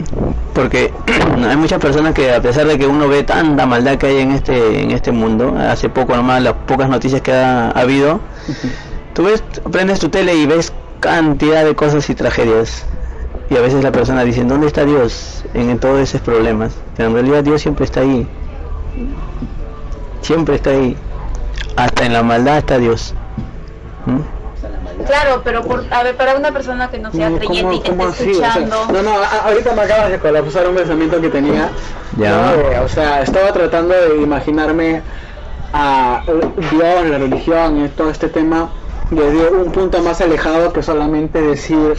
[SPEAKER 3] Porque hay muchas personas que a pesar de que uno ve tanta maldad que hay en este en este mundo, hace poco nomás las pocas noticias que ha, ha habido, tú ves, prendes tu tele y ves cantidad de cosas y tragedias. Y a veces la persona dice, ¿dónde está Dios en, en todos esos problemas? Pero en realidad Dios siempre está ahí. Siempre está ahí. Hasta en la maldad está Dios. ¿Mm?
[SPEAKER 6] Claro, pero por, a ver, para una persona que no sea
[SPEAKER 1] No,
[SPEAKER 6] creyente y que esté
[SPEAKER 1] O sea,
[SPEAKER 6] escuchando,
[SPEAKER 1] no, no, a- ahorita me acabas de colapsar un pensamiento que tenía.
[SPEAKER 3] Ya.
[SPEAKER 1] No, eh, o sea, estaba tratando de imaginarme a eh, Dios, la religión, eh, todo este tema desde un punto más alejado que solamente decir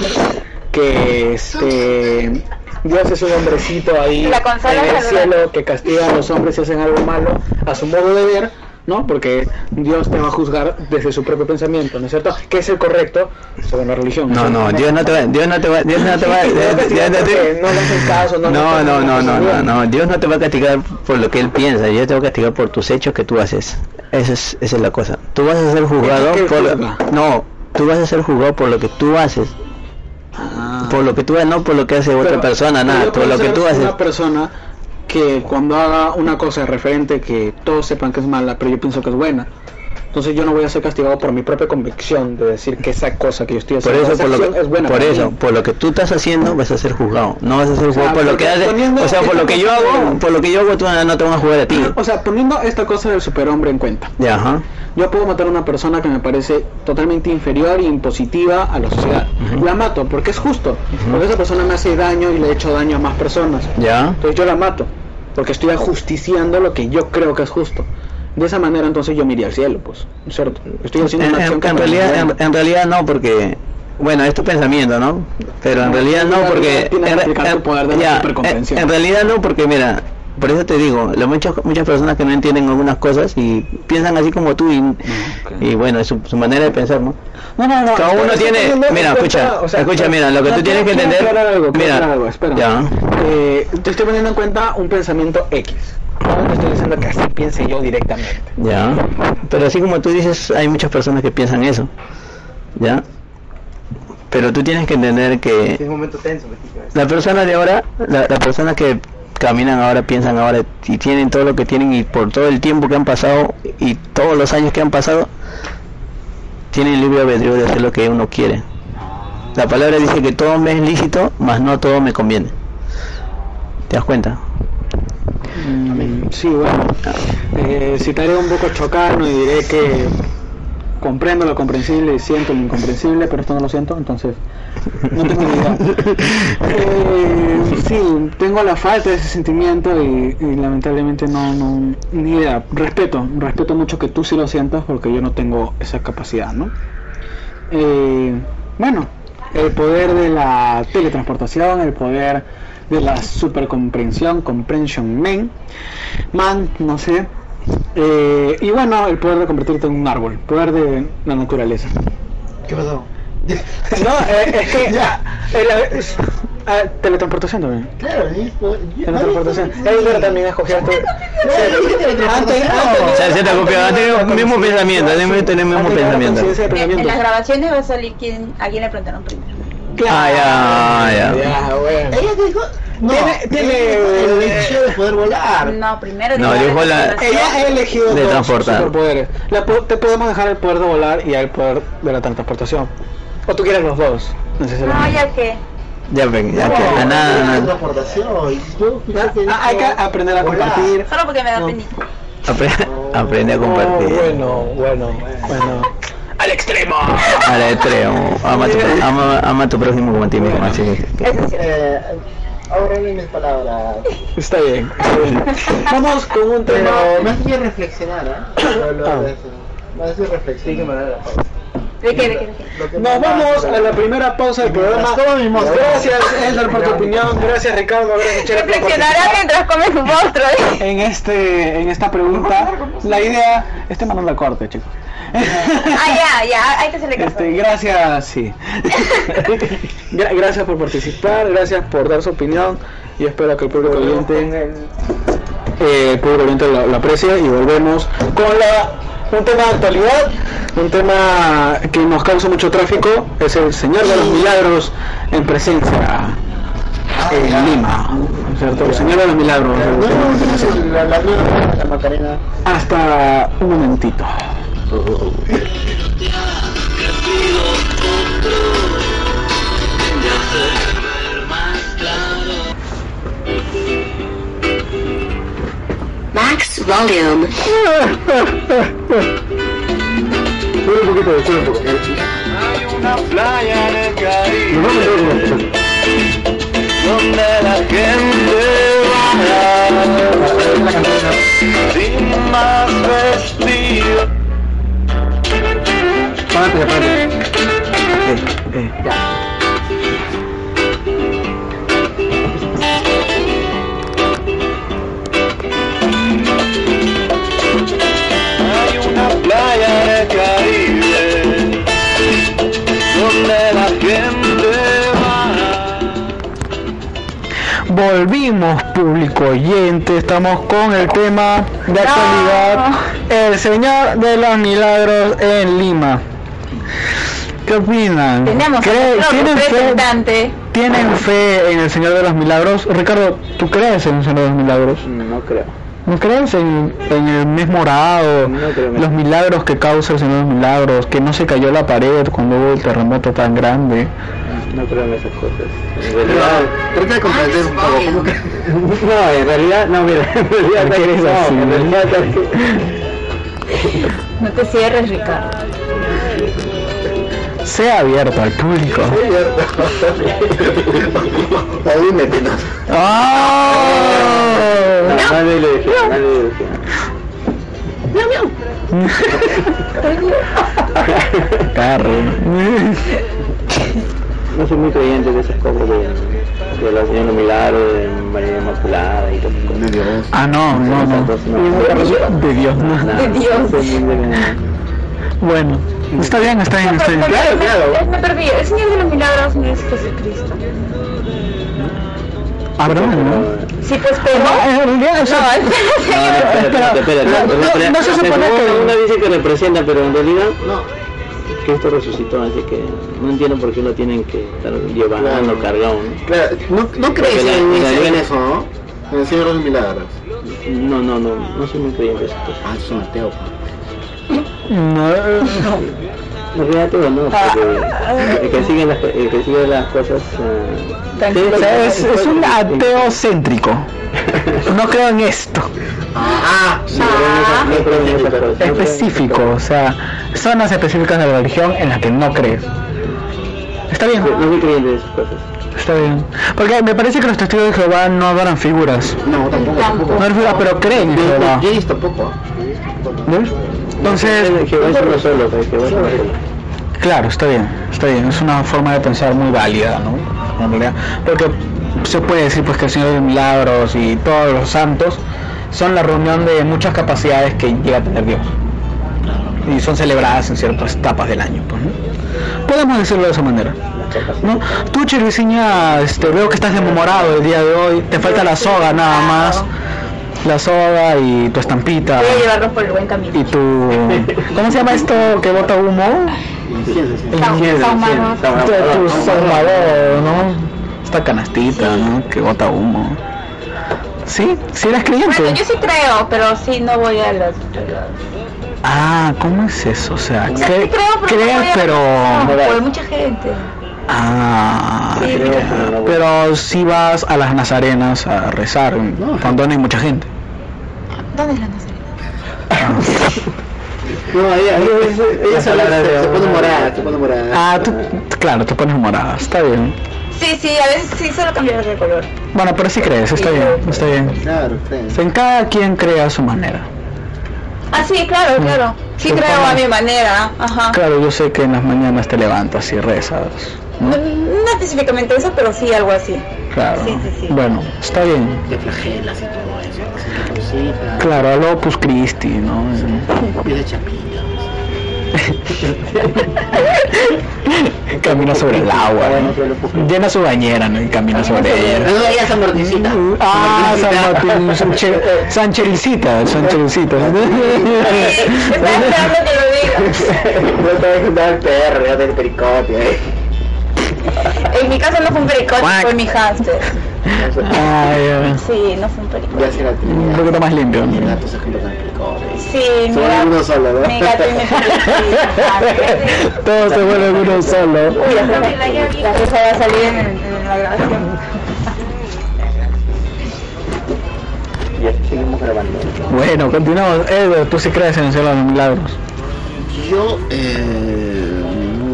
[SPEAKER 1] que este Dios es un hombrecito ahí
[SPEAKER 6] La consola
[SPEAKER 1] en el
[SPEAKER 6] celular.
[SPEAKER 1] cielo que castiga a los hombres si hacen algo malo a su modo de ver, ¿no? Porque Dios te va a juzgar desde su propio pensamiento, ¿no es cierto? Que es el correcto según la religión.
[SPEAKER 3] No, no, Dios no te va, Dios no te va, Dios no te va, Dios- Dios no te-
[SPEAKER 1] No le haces caso, no le
[SPEAKER 3] No,
[SPEAKER 1] haces
[SPEAKER 3] no, no, no, no,
[SPEAKER 1] caso.
[SPEAKER 3] no, Dios no te va a castigar por lo que él piensa, Dios te va a castigar por tus hechos que tú haces. Esa es, esa es la cosa. Tú vas a ser juzgado
[SPEAKER 1] ¿Qué juzga?
[SPEAKER 3] por no, tú vas a ser juzgado por lo que tú haces, por lo que tú haces, no por lo que hace otra
[SPEAKER 1] Pero
[SPEAKER 3] persona, nada,
[SPEAKER 1] yo
[SPEAKER 3] por
[SPEAKER 1] puedo
[SPEAKER 3] lo que
[SPEAKER 1] ser
[SPEAKER 3] tú haces.
[SPEAKER 1] Una persona que cuando haga una cosa referente que todos sepan que es mala, pero yo pienso que es buena. Entonces yo no voy a ser castigado por mi propia convicción de decir que esa cosa que yo estoy
[SPEAKER 3] Por
[SPEAKER 1] haciendo
[SPEAKER 3] eso,
[SPEAKER 1] esa
[SPEAKER 3] por lo
[SPEAKER 1] acción
[SPEAKER 3] que,
[SPEAKER 1] es buena.
[SPEAKER 3] por
[SPEAKER 1] para
[SPEAKER 3] eso,
[SPEAKER 1] mí.
[SPEAKER 3] por lo que tú estás haciendo vas a ser juzgado. No vas a ser juzgado por lo
[SPEAKER 1] porque
[SPEAKER 3] que haces,
[SPEAKER 1] poniendo
[SPEAKER 3] o sea, por
[SPEAKER 1] esta
[SPEAKER 3] lo que yo
[SPEAKER 1] cosa
[SPEAKER 3] hago,
[SPEAKER 1] de-
[SPEAKER 3] por lo que yo hago tú no te van a jugar a ti.
[SPEAKER 1] O sea, poniendo esta cosa del superhombre en cuenta.
[SPEAKER 3] Ya, ajá.
[SPEAKER 1] Yo puedo matar a una persona que me parece totalmente inferior e impositiva a la sociedad. La mato porque es justo. Porque esa persona me hace daño y le he hecho daño a más personas.
[SPEAKER 3] Ya.
[SPEAKER 1] Entonces yo la mato, porque estoy ajusticiando lo que yo creo que es justo. De esa manera entonces yo me iría al cielo, pues, ¿no es ¿cierto? Estoy haciendo
[SPEAKER 3] en,
[SPEAKER 1] una
[SPEAKER 3] Eh, en-
[SPEAKER 1] acción que
[SPEAKER 3] en
[SPEAKER 1] me
[SPEAKER 3] realidad
[SPEAKER 1] condena.
[SPEAKER 3] en, en realidad no porque bueno es tu pensamiento no pero en
[SPEAKER 1] No,
[SPEAKER 3] realidad
[SPEAKER 1] en
[SPEAKER 3] no
[SPEAKER 1] realidad
[SPEAKER 3] porque
[SPEAKER 1] tienes que
[SPEAKER 3] en, re-
[SPEAKER 1] aplicar tu
[SPEAKER 3] en-
[SPEAKER 1] poder de la supercomprensión.
[SPEAKER 3] en, en realidad no porque mira por eso te digo lo- muchas muchas personas que no entienden algunas cosas y piensan así como tú y, y bueno es su, su manera de pensar no
[SPEAKER 1] Mm, No, no, no.
[SPEAKER 3] cada
[SPEAKER 1] pero
[SPEAKER 3] uno
[SPEAKER 1] estoy
[SPEAKER 3] tiene
[SPEAKER 1] poniendo en
[SPEAKER 3] mira
[SPEAKER 1] cuenta-
[SPEAKER 3] escucha
[SPEAKER 1] o sea,
[SPEAKER 3] escucha
[SPEAKER 1] pero-
[SPEAKER 3] mira lo que
[SPEAKER 1] no,
[SPEAKER 3] tú tienes que
[SPEAKER 1] quiero
[SPEAKER 3] entender
[SPEAKER 1] aclarar algo, quiero
[SPEAKER 3] mira
[SPEAKER 1] aclarar algo, espera.
[SPEAKER 3] ya
[SPEAKER 1] Eh, te estoy poniendo en cuenta un pensamiento X. No te estoy diciendo que así piense yo directamente.
[SPEAKER 3] Ya. Pero así como tú dices, hay muchas personas que piensan eso. ¿Ya? Pero tú tienes que entender que... La persona de ahora, la- las personas que caminan ahora, piensan ahora y tienen todo lo que tienen y por todo el tiempo que han pasado y todos los años que han pasado, tienen libre albedrío de hacer lo que uno quiere. La palabra dice que todo me es lícito, mas no todo me conviene. ¿Te das cuenta?
[SPEAKER 1] Mm, Sí, bueno, eh, citaré un poco a Chocano y diré que comprendo lo comprensible y siento lo incomprensible, pero esto no lo siento, entonces no tengo ni idea. Eh, sí, tengo la falta de ese sentimiento y, y lamentablemente no, no, ni idea. Respeto, respeto mucho que tú sí lo sientas porque yo no tengo esa capacidad, ¿no? Eh, bueno, el poder de la teletransportación, el poder de la supercomprensión, comprension man, man, no sé. Eh, y bueno, el poder de convertirte en un árbol, poder de la naturaleza.
[SPEAKER 5] ¿Qué pasó?
[SPEAKER 1] No, eh, es que el- es- ah, teletransportación también.
[SPEAKER 5] Claro, pues, listo. Yo-
[SPEAKER 1] Teletransportación.
[SPEAKER 5] Ay,
[SPEAKER 1] Elder también escogió esto.
[SPEAKER 5] no, yo dije teletransportación.
[SPEAKER 1] Antes- antes-
[SPEAKER 3] O sea, se te ha copiado, ha tenido el mismo pensamiento, ha tenido el mismo pensamiento.
[SPEAKER 6] en, en las grabaciones va a salir quién, a quién le preguntaron primero.
[SPEAKER 3] Ah, ya, ya.
[SPEAKER 5] Ella dijo. No,
[SPEAKER 1] Tiene- tiene- eh,
[SPEAKER 5] ella dijo el hecho de poder volar.
[SPEAKER 6] No, primero
[SPEAKER 3] No, dijo la-
[SPEAKER 1] Ella ha elegido
[SPEAKER 3] De
[SPEAKER 1] dos
[SPEAKER 3] transportar.
[SPEAKER 1] superpoderes. La po- te podemos dejar el poder de volar y el poder de la teletransportación. ¿O tú quieres los dos?
[SPEAKER 6] No,
[SPEAKER 1] Necesariamente.
[SPEAKER 6] ya que.
[SPEAKER 10] Ya ven, ya que a
[SPEAKER 1] Oh,
[SPEAKER 10] nada, nada.
[SPEAKER 5] Transportación. Yo escuché que
[SPEAKER 1] Ah, hay que
[SPEAKER 5] dijo,
[SPEAKER 1] aprender a
[SPEAKER 5] "Hola".
[SPEAKER 1] compartir.
[SPEAKER 6] Solo porque me da
[SPEAKER 1] No.
[SPEAKER 6] penita.
[SPEAKER 10] Apre- aprende a compartir.
[SPEAKER 1] Oh, bueno, bueno, bueno.
[SPEAKER 11] ¡Al extremo!
[SPEAKER 10] A la de tres, o- ama, a tu, pro- ama, ama a tu prójimo como a ti mismo. Así que,
[SPEAKER 6] Eso sí.
[SPEAKER 5] Eh, ahora mis palabras.
[SPEAKER 1] Está bien. está bien. Vamos con un tema.
[SPEAKER 5] Pero me hacía reflexionar, ¿eh? Lo- lo-
[SPEAKER 1] Ah.
[SPEAKER 5] Me hacía reflexionar.
[SPEAKER 6] ¿De qué? ¿De qué? ¿De qué?
[SPEAKER 5] Lo que
[SPEAKER 1] Nos
[SPEAKER 5] me
[SPEAKER 1] vamos
[SPEAKER 5] pasa,
[SPEAKER 1] a la primera pausa del programa.
[SPEAKER 5] Todo mi monstruo.
[SPEAKER 1] Gracias, Elder, por tu opinión. Gracias, Ricardo. Gracias, Chela, por
[SPEAKER 6] Reflexionará mientras come su monstruo. ¿eh?
[SPEAKER 1] en este en esta pregunta la idea este mano la corte chicos
[SPEAKER 6] Ah, ya, ya, hay que hacerle caso.
[SPEAKER 1] este gracias sí Gra- gracias por participar gracias por dar su opinión y espero que el público oyente eh, el público oyente lo, lo aprecie y volvemos con la un tema de actualidad un tema que nos causa mucho tráfico es el señor de los milagros en presencia en Lima ¿cierto? el señor de los milagros en
[SPEAKER 5] No, no,
[SPEAKER 1] presencia.
[SPEAKER 5] no, no, la, la, la, la Macarena.
[SPEAKER 1] Hasta un momentito.
[SPEAKER 12] Max volume.
[SPEAKER 1] un poquito, un poquito.
[SPEAKER 13] donde la gente baila sin más vestido. Hay una playa en el Caribe donde la gente va.
[SPEAKER 1] Volvimos, público oyente. Estamos con el tema de actualidad. El señor de los milagros en Lima. ¿Qué opinan?
[SPEAKER 6] Tenemos a
[SPEAKER 1] ¿Cree-
[SPEAKER 6] nuestro
[SPEAKER 1] ¿Tienen fe,
[SPEAKER 6] representante.
[SPEAKER 1] ¿Tienen fe en el señor de los milagros? Ricardo, ¿tú crees en el señor de los milagros?
[SPEAKER 3] No creo.
[SPEAKER 1] ¿No crees en, en el mes morado?
[SPEAKER 3] No creo, no.
[SPEAKER 1] Los milagros que causa el Señor de los Milagros, que no se cayó la pared cuando hubo el terremoto tan grande.
[SPEAKER 3] No creo en esas cosas.
[SPEAKER 5] Trata de comprender un poco cómo que
[SPEAKER 3] No, en realidad, no, mira, en realidad,
[SPEAKER 1] ¿Por qué eres
[SPEAKER 3] no,
[SPEAKER 1] así?
[SPEAKER 3] en realidad, ¿sabes qué?
[SPEAKER 6] No te cierres, Ricardo.
[SPEAKER 1] Sea abierto al público.
[SPEAKER 5] ahí me tienes.
[SPEAKER 1] ¡Oh! ¡Ah!
[SPEAKER 3] Nadie lo decía, nadie lo decía.
[SPEAKER 1] Carro.
[SPEAKER 3] No soy muy creyente de esas cosas de, de la señora Milagro, de María Inmaculada y todo
[SPEAKER 1] Ah, no, no, no. De Dios, no.
[SPEAKER 3] De Dios. No,
[SPEAKER 1] Bueno, está bien, está bien, está bien.
[SPEAKER 6] Claro, claro. Me perdí. El Señor de los Milagros no es Jesucristo.
[SPEAKER 1] Abraham, Ah, ¿no?
[SPEAKER 6] Sí, pues, pero...
[SPEAKER 1] Ah, en realidad, o sea,
[SPEAKER 3] espérate, espérate,
[SPEAKER 1] no,
[SPEAKER 3] espérate.
[SPEAKER 1] no se supone que-
[SPEAKER 3] Una dice que representa, pero en realidad no. Cristo resucitó, así que no entiendo por qué lo tienen que estar llevando
[SPEAKER 5] Claro.
[SPEAKER 3] cargado. ¿no?
[SPEAKER 5] Claro, no, no crees
[SPEAKER 3] Porque la-
[SPEAKER 5] en,
[SPEAKER 3] la-
[SPEAKER 5] en eso, ¿no? En el Señor de los Milagros.
[SPEAKER 3] No, no, no, no soy muy creyente de esas cosas.
[SPEAKER 5] Ah, es un ateo. pa.
[SPEAKER 1] No,
[SPEAKER 3] En realidad todo no,
[SPEAKER 1] Ah.
[SPEAKER 3] porque el que sigue las, el que sigue las cosas... eh,
[SPEAKER 1] o sea, es, es un ateo céntrico. No creo en esto
[SPEAKER 5] Ah, sí,
[SPEAKER 3] No creo en esas cosas.
[SPEAKER 1] específico, o sea, zonas específicas de la religión en las que no crees. Está bien,
[SPEAKER 3] No soy creyente de esas cosas.
[SPEAKER 1] está bien. Porque me parece que los testigos de Jehová no adoran figuras.
[SPEAKER 5] no, tampoco, tampoco.
[SPEAKER 1] No eran figuras, pero creen en Jehová.
[SPEAKER 5] Yo tampoco.
[SPEAKER 1] ¿Ves? Entonces,
[SPEAKER 3] El Jehová es uno solo, el Jehová es uno solo.
[SPEAKER 1] Claro, está bien, está bien. Es una forma de pensar muy válida, ¿no? En realidad, Porque se puede decir pues que el Señor de los Milagros y todos los santos son la reunión de muchas capacidades que llega a tener Dios. Y son celebradas en ciertas etapas del año, pues, ¿no? Podemos decirlo de esa manera. ¿no? Tú, Chirviciña, este, veo que estás dememorado el día de hoy. Te falta la soga nada más. La soga y tu estampita.
[SPEAKER 6] Voy a llevarlos por el buen camino.
[SPEAKER 1] Y tu... ¿Cómo se llama esto que bota humo?
[SPEAKER 6] Sao-
[SPEAKER 1] Incienso,
[SPEAKER 6] Saumano.
[SPEAKER 1] incienso. Tu- tu salvador, ¿no? Esta canastita, ¿no? Que bota humo. ¿Sí? ¿Sí eras creyente?
[SPEAKER 6] Bueno, yo sí creo, pero sí no voy a los...
[SPEAKER 1] Ah, ¿cómo es eso? O sea,
[SPEAKER 6] O sea, sí
[SPEAKER 1] cre-
[SPEAKER 6] creo, pero no voy
[SPEAKER 1] crees,
[SPEAKER 6] a-
[SPEAKER 1] pero...
[SPEAKER 6] No, por mucha gente.
[SPEAKER 1] Ah,
[SPEAKER 6] Sí,
[SPEAKER 1] pero- pero si vas a las nazarenas a rezar, cuando no hay mucha gente.
[SPEAKER 6] ¿Dónde es la Nazarena?
[SPEAKER 3] No, ella, ella, ella se, se, se pone morada, se pone morada.
[SPEAKER 1] Ah, tú, claro, te pones morada, está bien.
[SPEAKER 6] Sí, sí, a veces sí solo cambiar de color.
[SPEAKER 1] Bueno, pero si crees, está bien, está bien.
[SPEAKER 5] Claro, creen.
[SPEAKER 1] En cada quien crea a su manera.
[SPEAKER 6] Ah, sí, claro, claro. Sí
[SPEAKER 1] Sí,
[SPEAKER 6] creo
[SPEAKER 1] para-
[SPEAKER 6] a mi manera, ajá.
[SPEAKER 1] Claro, yo sé que en las mañanas te levantas y rezas.
[SPEAKER 6] No, no específicamente eso, pero sí algo así.
[SPEAKER 1] Claro.
[SPEAKER 6] Sí, sí, sí.
[SPEAKER 1] Bueno, está bien.
[SPEAKER 3] Te flagelas y todo eso, haces cositas,
[SPEAKER 1] Claro, al Opus Christi, ¿no?
[SPEAKER 3] pides chapita.
[SPEAKER 1] Camina sobre el agua.
[SPEAKER 3] Bueno,
[SPEAKER 1] ¿no?
[SPEAKER 3] pero lo poco-
[SPEAKER 1] Llena su bañera, ¿no? Y camina sobre ella.
[SPEAKER 3] No, ella es San Martincita.
[SPEAKER 5] Mm.
[SPEAKER 1] Ah, San Martín, Sanche- Sanchericita, Sanchericita.
[SPEAKER 6] Sí, estaba esperando que lo digas.
[SPEAKER 3] No te dejes dar el perro, ya del pericopio, eh.
[SPEAKER 6] En mi caso no fue un pericote,
[SPEAKER 1] Guac.
[SPEAKER 6] fue mi hámster.
[SPEAKER 1] Ah, Ay,
[SPEAKER 6] Sí, no fue un pericote.
[SPEAKER 3] Ya se la
[SPEAKER 1] un
[SPEAKER 3] tenía.
[SPEAKER 1] poquito más limpio.
[SPEAKER 3] Y el gato se junta con el pericopio.
[SPEAKER 6] Sí, mi
[SPEAKER 3] Solo hay uno
[SPEAKER 6] gato,
[SPEAKER 3] solo, ¿no?
[SPEAKER 6] mi gato y mi perrito.
[SPEAKER 1] Todo se vuelve uno solo.
[SPEAKER 6] Uy, ya creo que la llave- la cosa va a salir en, en la grabación.
[SPEAKER 3] Y así seguimos grabando.
[SPEAKER 1] Bueno, continuamos. Edward, tú sí crees en el cielo de los milagros.
[SPEAKER 5] Yo, eh...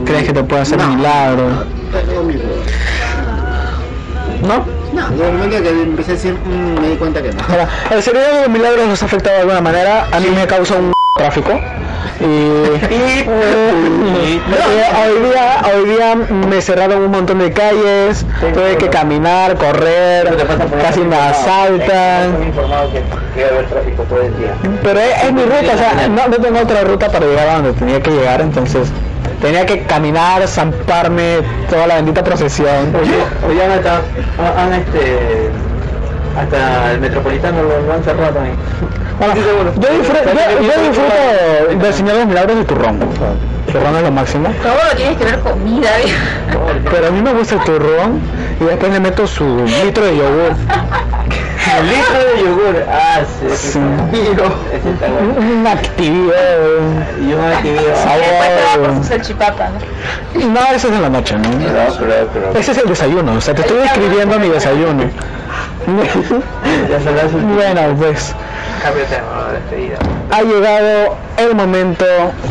[SPEAKER 1] ¿Crees que te puede hacer un milagro?
[SPEAKER 5] Tengo mis dudas.
[SPEAKER 1] ¿No?
[SPEAKER 5] No, desde el momento que empecé a decir, mm, me di cuenta que no.
[SPEAKER 1] Ahora, el cerebro de los milagros nos ha afectado de alguna manera. A mí me causa un tráfico. Y, y- hoy, día, hoy día me cerraron un montón de calles, tuve que caminar, correr, casi me
[SPEAKER 3] Ah.
[SPEAKER 1] asaltan.
[SPEAKER 3] informado que debe haber tráfico todo el día.
[SPEAKER 1] Pero es, es mi ruta, o sea, no, no tengo otra ruta para llegar a donde tenía que llegar, entonces tenía que caminar, zamparme toda la bendita procesión.
[SPEAKER 3] Oye, oye, han hasta, han- han, este, hasta el metropolitano lo, lo han cerrado también.
[SPEAKER 1] Bueno, yo, disfruto, yo, yo disfruto del Señor de los Milagros de turrón. Turrón es lo máximo.
[SPEAKER 6] ¿Cómo lo tienes que ver comida? vieja?
[SPEAKER 1] Pero a mí me gusta el turrón y después le meto su litro de yogur.
[SPEAKER 3] El litro de yogur, ah, sí, ese
[SPEAKER 1] Sí.
[SPEAKER 3] está- ese está bueno.
[SPEAKER 1] Una actividad. eh.
[SPEAKER 3] Y yo me activé.
[SPEAKER 6] Después te va por su
[SPEAKER 1] Sabor.
[SPEAKER 6] salchipapa, ¿no?
[SPEAKER 1] No, eso es en la noche, ¿no?
[SPEAKER 3] No, pero, pero,
[SPEAKER 1] Ese es el desayuno, o sea, te estoy describiendo mi desayuno.
[SPEAKER 3] ya sabrás el
[SPEAKER 1] Bueno, pues
[SPEAKER 3] cambio de tema, la despedida.
[SPEAKER 1] ha llegado el momento,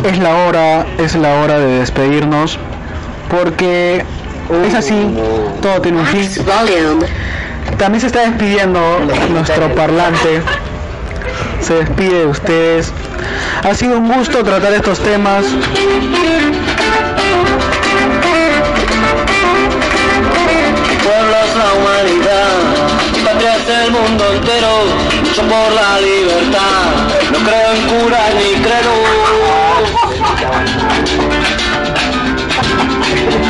[SPEAKER 1] es la hora, es la hora de despedirnos, porque es así, todo tiene un fin.
[SPEAKER 14] Max volume.
[SPEAKER 1] También se está despidiendo nuestro parlante. Se despide de ustedes. Ha sido un gusto tratar estos temas.
[SPEAKER 3] Pueblos, la humanidad, patrias del mundo entero, luchan por la libertad. No creo en curas ni credo.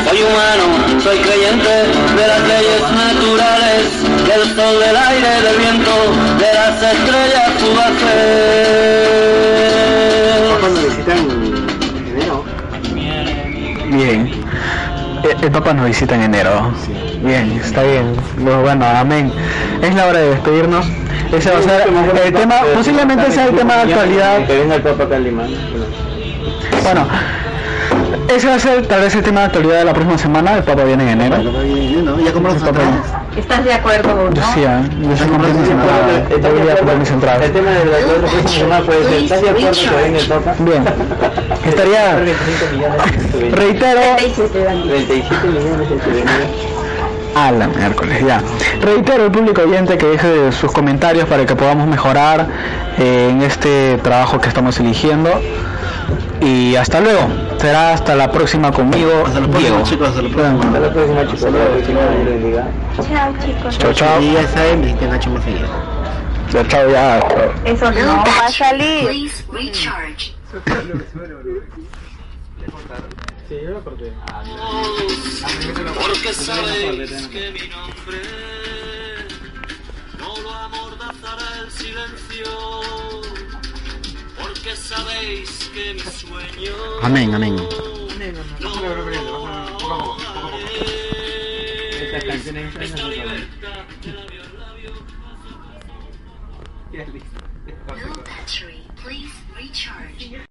[SPEAKER 3] Soy humano, soy creyente de las leyes naturales, del sol, del aire, del viento, de las estrellas fugaces.
[SPEAKER 5] Cuando visitan dinero,
[SPEAKER 1] Bien. E- El Papa nos visita en enero. Bien, está bien. Bueno, bueno, amén. Es la hora de despedirnos. Ese va a ser el tema, posiblemente sea el tema de actualidad.
[SPEAKER 3] Que venga el Papa acá en Lima.
[SPEAKER 1] Bueno, ese va a ser tal vez el tema de actualidad de la próxima semana. El Papa viene en
[SPEAKER 5] lo
[SPEAKER 1] enero.
[SPEAKER 5] va bien dinero, ¿no? Ya compró los
[SPEAKER 1] Está bien.
[SPEAKER 5] entradas.
[SPEAKER 6] ¿Estás de acuerdo,
[SPEAKER 1] Yo
[SPEAKER 6] no?
[SPEAKER 1] sí, ¿eh? yo sí compré mis entradas. Yo voy a comprar mis entradas.
[SPEAKER 3] El tema de la de la próxima semana pues, puede ser, ¿estás de acuerdo que venga el Papa?
[SPEAKER 1] Bien. Estaría-
[SPEAKER 3] 35 millones de
[SPEAKER 1] Reitero,
[SPEAKER 6] Sí, sí, sí, Dani.
[SPEAKER 3] 37 millones de souvenirs.
[SPEAKER 1] a la miércoles, ya. Reitero al público oyente que deje sus comentarios para que podamos mejorar eh, en este trabajo que estamos eligiendo. Y hasta luego. Será hasta la próxima conmigo.
[SPEAKER 5] Hasta la próxima,
[SPEAKER 1] Diego.
[SPEAKER 5] chicos, hasta la
[SPEAKER 3] Hasta
[SPEAKER 5] próxima.
[SPEAKER 3] la próxima chicos, la próxima Liga.
[SPEAKER 6] Chao, chicos.
[SPEAKER 1] Chao, chao.
[SPEAKER 5] Y ya saben, visiten Nacho más seguido.
[SPEAKER 1] Chao, chao, ya. Chao.
[SPEAKER 6] Eso
[SPEAKER 14] No
[SPEAKER 6] no va a
[SPEAKER 14] battery.
[SPEAKER 6] salir.
[SPEAKER 14] Please recharge.
[SPEAKER 15] Porque sabéis que mi nombre no lo amordazará el silencio. Porque sabéis que mi sueño
[SPEAKER 5] Amén, amén.
[SPEAKER 15] no lo ahogaré. Esta canción es
[SPEAKER 7] No battery, please recharge.